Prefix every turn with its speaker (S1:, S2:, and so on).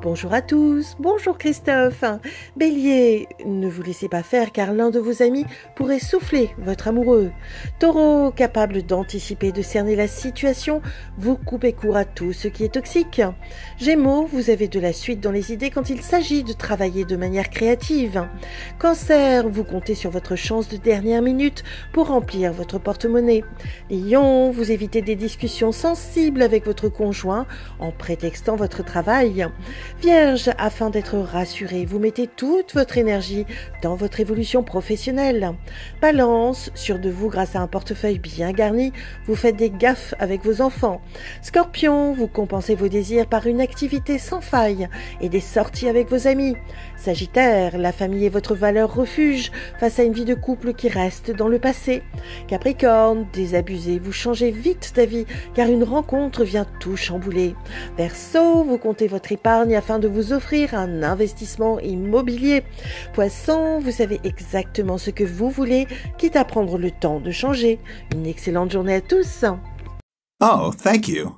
S1: Bonjour à tous, bonjour Christophe. Bélier, ne vous laissez pas faire car l'un de vos amis pourrait souffler votre amoureux. Taureau, capable d'anticiper, de cerner la situation, vous coupez court à tout ce qui est toxique. Gémeaux, vous avez de la suite dans les idées quand il s'agit de travailler de manière créative. Cancer, vous comptez sur votre chance de dernière minute pour remplir votre porte-monnaie. Lion, vous évitez des discussions sensibles avec votre conjoint en prétextant votre travail. Vierge, afin d'être rassuré, vous mettez toute votre énergie dans votre évolution professionnelle. Balance, sûr de vous grâce à un portefeuille bien garni, vous faites des gaffes avec vos enfants. Scorpion, vous compensez vos désirs par une activité sans faille et des sorties avec vos amis. Sagittaire, la famille est votre valeur refuge face à une vie de couple qui reste dans le passé. Capricorne, désabusé, vous changez vite d'avis car une rencontre vient tout chambouler. Verseau, vous comptez votre épargne afin de vous offrir un investissement immobilier. Poisson, vous savez exactement ce que vous voulez, quitte à prendre le temps de changer. Une excellente journée à tous.
S2: Oh, thank you.